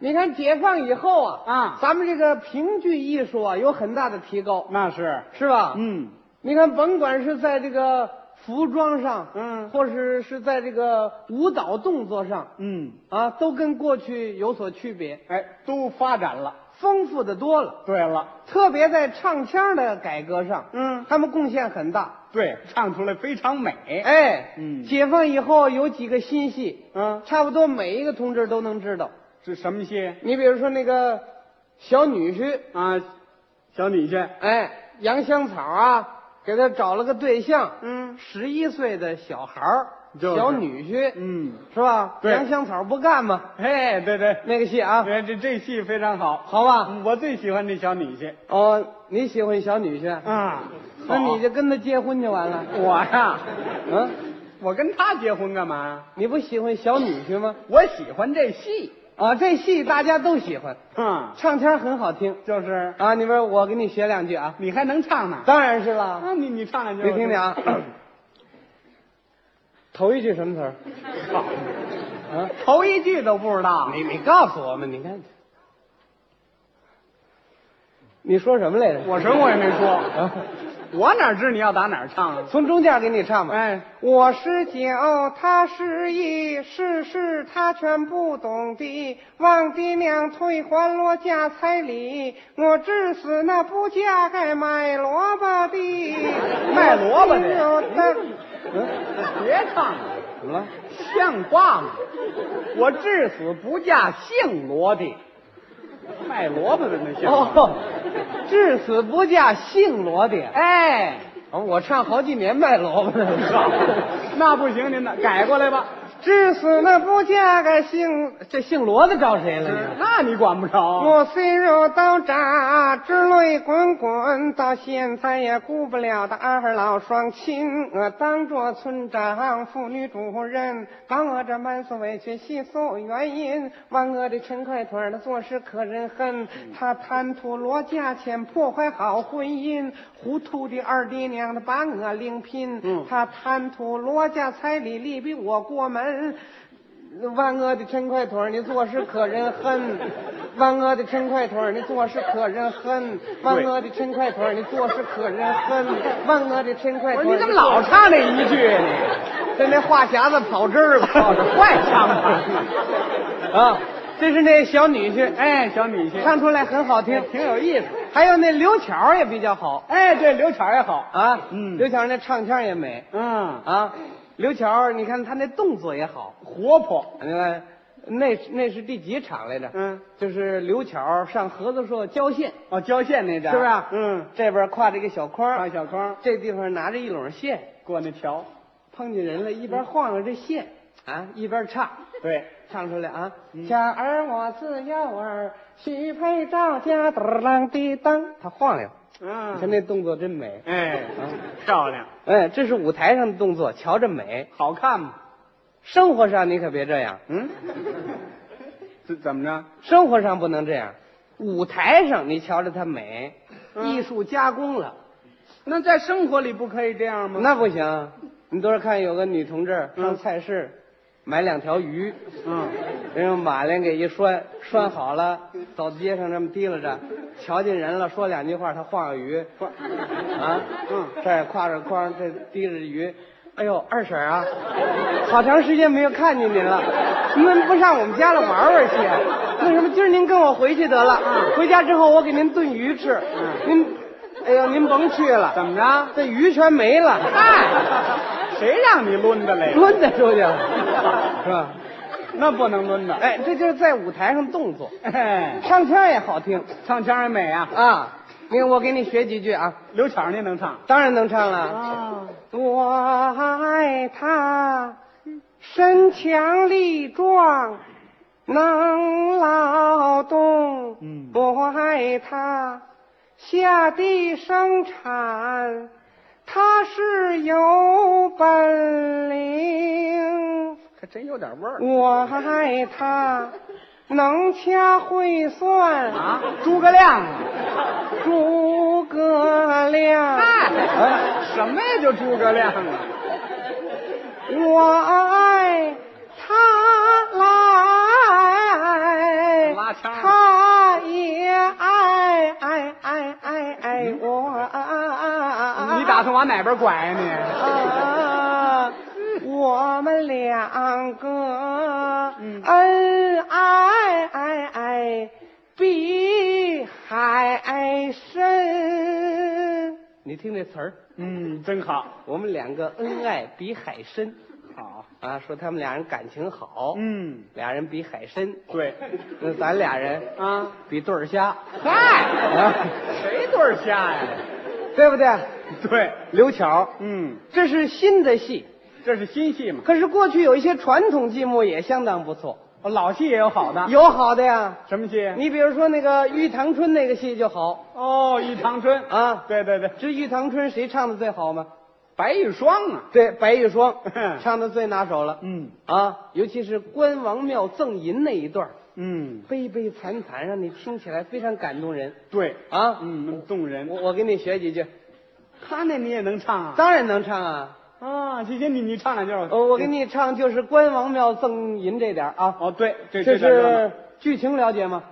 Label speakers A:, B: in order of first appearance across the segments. A: 你看解放以后啊，
B: 啊
A: 咱们这个评剧艺术啊有很大的提高，
B: 那是，
A: 是吧？，
B: 嗯，
A: 你看，甭管是在这个服装上，
B: 嗯
A: 或是是在这个舞蹈动作上，
B: 嗯，
A: 啊，都跟过去有所区别，
B: 哎，都发展了。
A: 丰富的多了。
B: 对了，
A: 特别在唱腔的改革上，
B: 嗯
A: 他们贡献很大。
B: 对，唱出来非常美。，
A: 哎，
B: 嗯
A: 解放以后有几个新戏，
B: 嗯，
A: 差不多每一个同志都能知道。
B: 是什么戏
A: 你比如说那个小女婿，
B: 啊？小女婿。
A: 哎，杨香草啊，给他找了个对象，
B: 嗯
A: 十一岁的小孩儿，
B: 就是
A: 小女婿，
B: 嗯，
A: 是吧？
B: 对
A: 杨香草不干嘛，
B: 哎，对对，
A: 那个戏啊，
B: 对哎这这戏非常好。
A: 好吧？
B: 嗯我最喜欢这小女婿。
A: 哦，你喜欢小女婿，
B: 啊，
A: 那你就跟他结婚就完了。
B: 我呀，
A: 嗯，
B: 我跟他结婚干嘛呀？
A: 你不喜欢小女婿吗？
B: 我喜欢这戏。
A: 啊，这戏大家都喜欢，
B: 嗯，
A: 唱腔很好听
B: 就是
A: 啊。你们我给你学两句啊，
B: 你还能唱呢？
A: 当然是啦，
B: 啊，你你唱两句，
A: 你听听啊。头一句什么词儿？啊，
B: 头一句都不知道。
A: 你你告诉我们，你看，你说什么来着？
B: 我什么我也没说，
A: 啊，
B: 我哪知你要打哪儿唱啊？
A: 从中间给你唱吧。
B: 哎，
A: 我十九，他十一，世事他全不懂的。望爹娘退还罗家彩礼，我至死那不嫁该卖萝卜的，哎
B: 卖萝卜的
A: 有的。
B: 别唱了，
A: 嗯怎么了？
B: 像话吗？我至死不嫁姓罗的，卖萝卜的那像话吗。
A: 哦，至死不嫁姓罗的。
B: 哎，
A: 哦，我唱好几年卖萝卜的。
B: 那不行，您呢？改过来吧。
A: 至死那不嫁该姓这姓罗的找谁了？你
B: 那你管不着。
A: 哎我虽肉刀扎，之泪滚滚，到现在也顾不了的二老双亲。我当着村长、妇女主任，把我这满腹委屈细诉原因。望我这陈快腿儿的做事可人恨，他贪图罗家钱，破坏好婚姻。糊涂的二爹娘的把我另聘，
B: 嗯
A: 他贪图罗家彩礼，利比我过门。万恶的抻快腿儿，你做事可人恨；万恶的抻快腿儿，你做事可人恨；万恶的抻快腿儿，你做事可人恨；万恶的抻快腿
B: 我
A: 儿，
B: 哎说你怎
A: 做
B: 么老
A: 事
B: 唱这一句啊你？
A: 跟那话匣子跑这 儿了？
B: 哦这坏唱法。
A: 啊！这是那小女婿，
B: 哎，小女婿，
A: 唱出来很好听，
B: 哎挺有意思。
A: 还有那刘巧也比较好
B: 哎，对，刘巧儿也好。
A: 啊，
B: 嗯
A: 刘巧那唱腔也美
B: 嗯，
A: 啊，刘巧你看她那动作也好，
B: 活泼。
A: 你看那那是第几场来着？
B: 嗯，
A: 就是刘巧上合作社交线，
B: 哦，交线那
A: 是
B: 张
A: 不是啊？
B: 嗯，
A: 这边挎着一个小筐，
B: 大小筐
A: 这地方拿着一垄线，
B: 过那桥。嗯
A: 碰见人了，一边晃悠这线啊，一边唱。
B: 对，
A: 唱出来啊！
B: 嗯
A: 巧儿我自幼儿，许配赵家，嘟儿啷滴当。他晃悠，你看
B: 嗯，
A: 那啊动作真美。
B: 哎，漂亮，
A: 哎，这是舞台上的动作，瞧着美。
B: 好看吗？
A: 生活上你可别这样，
B: 嗯，怎怎么着？
A: 生活上不能这样。舞台上你瞧着它美，
B: 嗯
A: 艺术加工了，
B: 那在生活里不可以这样吗？
A: 那不行。你多少看有个女同志
B: 嗯
A: 上菜市买两条鱼，
B: 嗯，
A: 人用哎马铃给一拴，拴好了，走街上这么提拉着，瞧见人了说两句话，他晃悠 鱼，啊，
B: 嗯，
A: 这儿挎着筐，这提着鱼，哎呦，二婶啊，好长时间没有看见您了，您怎么不上我们家了玩玩去啊？那什么，今儿您跟我回去得了，
B: 嗯
A: 回家之后我给您炖鱼吃，您，哎呦，您甭去了，
B: 怎么着？
A: 这鱼全没了，
B: 嗨，谁让你抡的嘞？
A: 抡的出去 了，是吧？
B: 那不能抡的。
A: 哎，这就是在舞台上动作，
B: 哎，
A: 唱腔也好听。
B: 唱腔也美啊。
A: 啊，你我给你学几句啊，
B: 刘巧儿您能唱？
A: 当然能唱了。
B: 啊，
A: 我爱他，身强力壮，能劳动。
B: 嗯
A: 我爱他，下地生产，他是有本领。
B: 可真有点味儿
A: 我爱他，能掐会算。
B: 啊！诸葛亮啊，
A: 诸葛亮，
B: 嗨，哎什么呀？就诸葛亮啊？
A: 我爱他来，
B: 拉打算往哪边拐呀、
A: 啊，我们两个恩爱爱爱比海深。你听这词儿，
B: 你？嗯，真好，
A: 我们两个恩爱比海深
B: 好，
A: 啊，说他们俩人感情好，
B: 嗯，
A: 俩人比海深，
B: 对，
A: 那咱俩人
B: 啊，
A: 比对儿虾，
B: 嗨、谁对儿瞎 呀？
A: 对不对？
B: 对，
A: 刘巧，
B: 嗯，
A: 这是新的戏，
B: 这是新戏嘛，
A: 可是过去有一些传统剧目也相当不错，
B: 哦老戏也有好的，
A: 有好的呀。
B: 什么戏？
A: 你比如说那个《玉堂春》那个戏就好，
B: 哦，《玉堂春》
A: 啊
B: 对对对，
A: 知《玉堂春》谁唱的最好吗？
B: 白玉霜啊，
A: 对，白玉 霜唱的最拿手了。
B: 嗯
A: 啊，尤其是关王庙赠银那一段儿，
B: 嗯，
A: 悲悲惨惨，让你听起来非常感动人
B: 对，
A: 啊。
B: 嗯，动人。
A: 我我给你学几句，
B: 他那你也能唱啊？
A: 当然能唱啊。
B: 啊，姐姐你你唱两句
A: 呃，我给你唱就是关王庙赠银这点儿啊，
B: 哦，对，这
A: 这
B: 段热闹
A: 是剧情了解吗？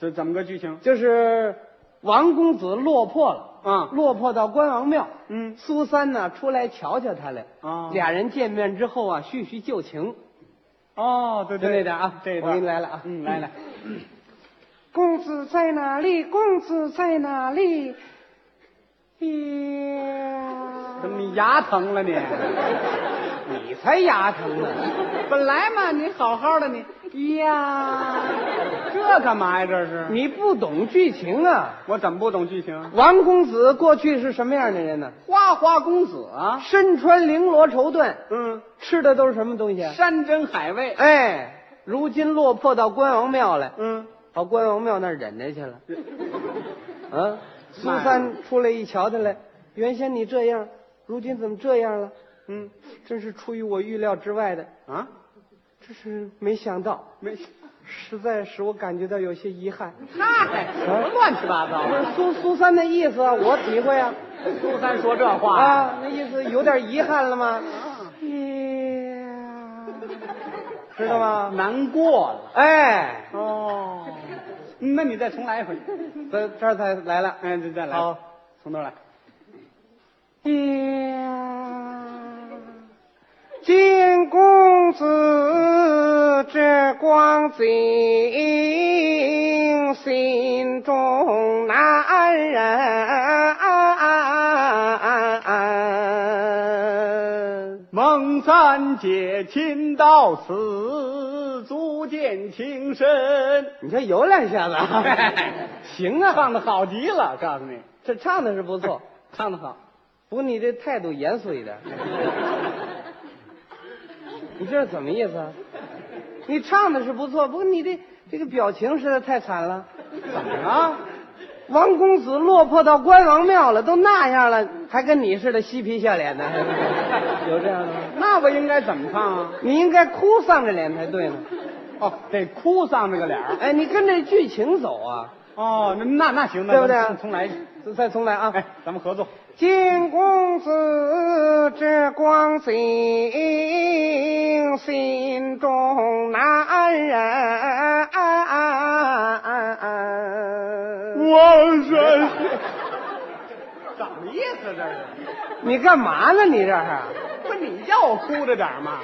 B: 这怎么个剧情？
A: 就是王公子落魄了
B: 啊
A: 落魄到关王庙。
B: 嗯
A: 苏三呢出来瞧瞧他来
B: 啊
A: 俩人见面之后啊叙叙旧情，
B: 哦，对
A: 就
B: 对
A: 那点啊，
B: 这一
A: 我
B: 段
A: 给你来了啊，
B: 嗯，来来，
A: 公子在哪里？公子在哪里？呀
B: 怎么你牙疼 了你？
A: 你才牙疼呢！
B: 本来嘛，你好好的你，
A: 呀，
B: 这干嘛呀？这是
A: 你不懂剧情啊！
B: 我怎么不懂剧情？
A: 王公子过去是什么样的人呢？
B: 花花公子啊，
A: 身穿绫罗绸缎，
B: 嗯，
A: 吃的都是什么东西啊？
B: 山珍海味，
A: 哎，如今落魄到关王庙来，
B: 嗯，
A: 跑关王庙那儿忍着去了。啊，苏
B: 妈呀
A: 三出来一瞧他来，原先你这样，如今怎么这样了？
B: 嗯
A: 真是出于我预料之外的，
B: 啊，
A: 真是没想到，
B: 没，
A: 实在使我感觉到有些遗憾。
B: 嗨，哎什么乱七八糟
A: 不
B: 的？
A: 是苏苏三的意思啊，我体会啊，
B: 苏三说这话
A: 啊，那意思有点遗憾了吗？哎呀， 知道吗？
B: 哎难过了。
A: 哎，
B: 哦，那你再重来一回。
A: 这这儿才来了。
B: 哎，再再来。
A: 好，
B: 从头来。
A: 呀，金公子这光景，心中难 忍。
B: 孟三姐亲到此，足见情深。
A: 你瞧，有两下子 啊，行啊，
B: 唱的好极了，告诉你，
A: 这唱的是不错，
B: 唱的好。
A: 不过你这态度严肃一点。你这是怎么意思啊？你唱的是不错，不过你这这个表情实在太惨了。
B: 怎么了？
A: 王公子落魄到关王庙了，都那样了，还跟你似的嬉皮笑脸的， 有这样的吗？
B: 那我应该怎么唱啊？
A: 你应该哭丧着脸才对呢。
B: 哦，得哭丧着个脸儿。
A: 哎，你跟着剧情走啊，
B: 哦，那那那行，那
A: 对不对
B: 咱重来一次。
A: 再重来啊。
B: 哎，咱们合作。
A: 金公子之光景，心中难忍。
B: 我 说，怎么意思这是？
A: 你干嘛呢？你这是？
B: 不是你叫我哭着点儿吗？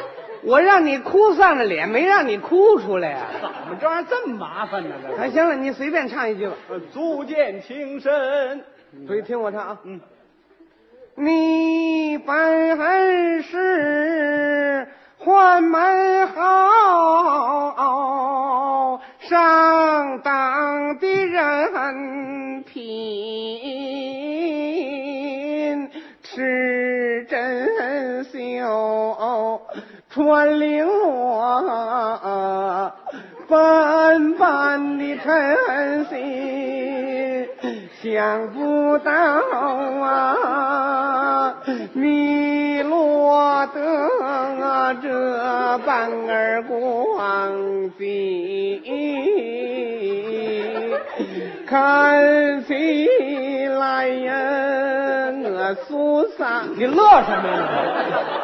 A: 我让你哭丧着脸，没让你哭出来呀、
B: 怎么这玩意儿这么麻烦呢？这
A: 哎，行了，你随便唱一句吧，
B: 是足见情深。
A: 注意听我唱啊。
B: 嗯，
A: 你本是宦门好，上当的人品，吃珍馐，穿绫罗，斑斑的晨曦，想不到啊，你落得、这般儿光景，看起来呀，我苏三，你乐什么呀？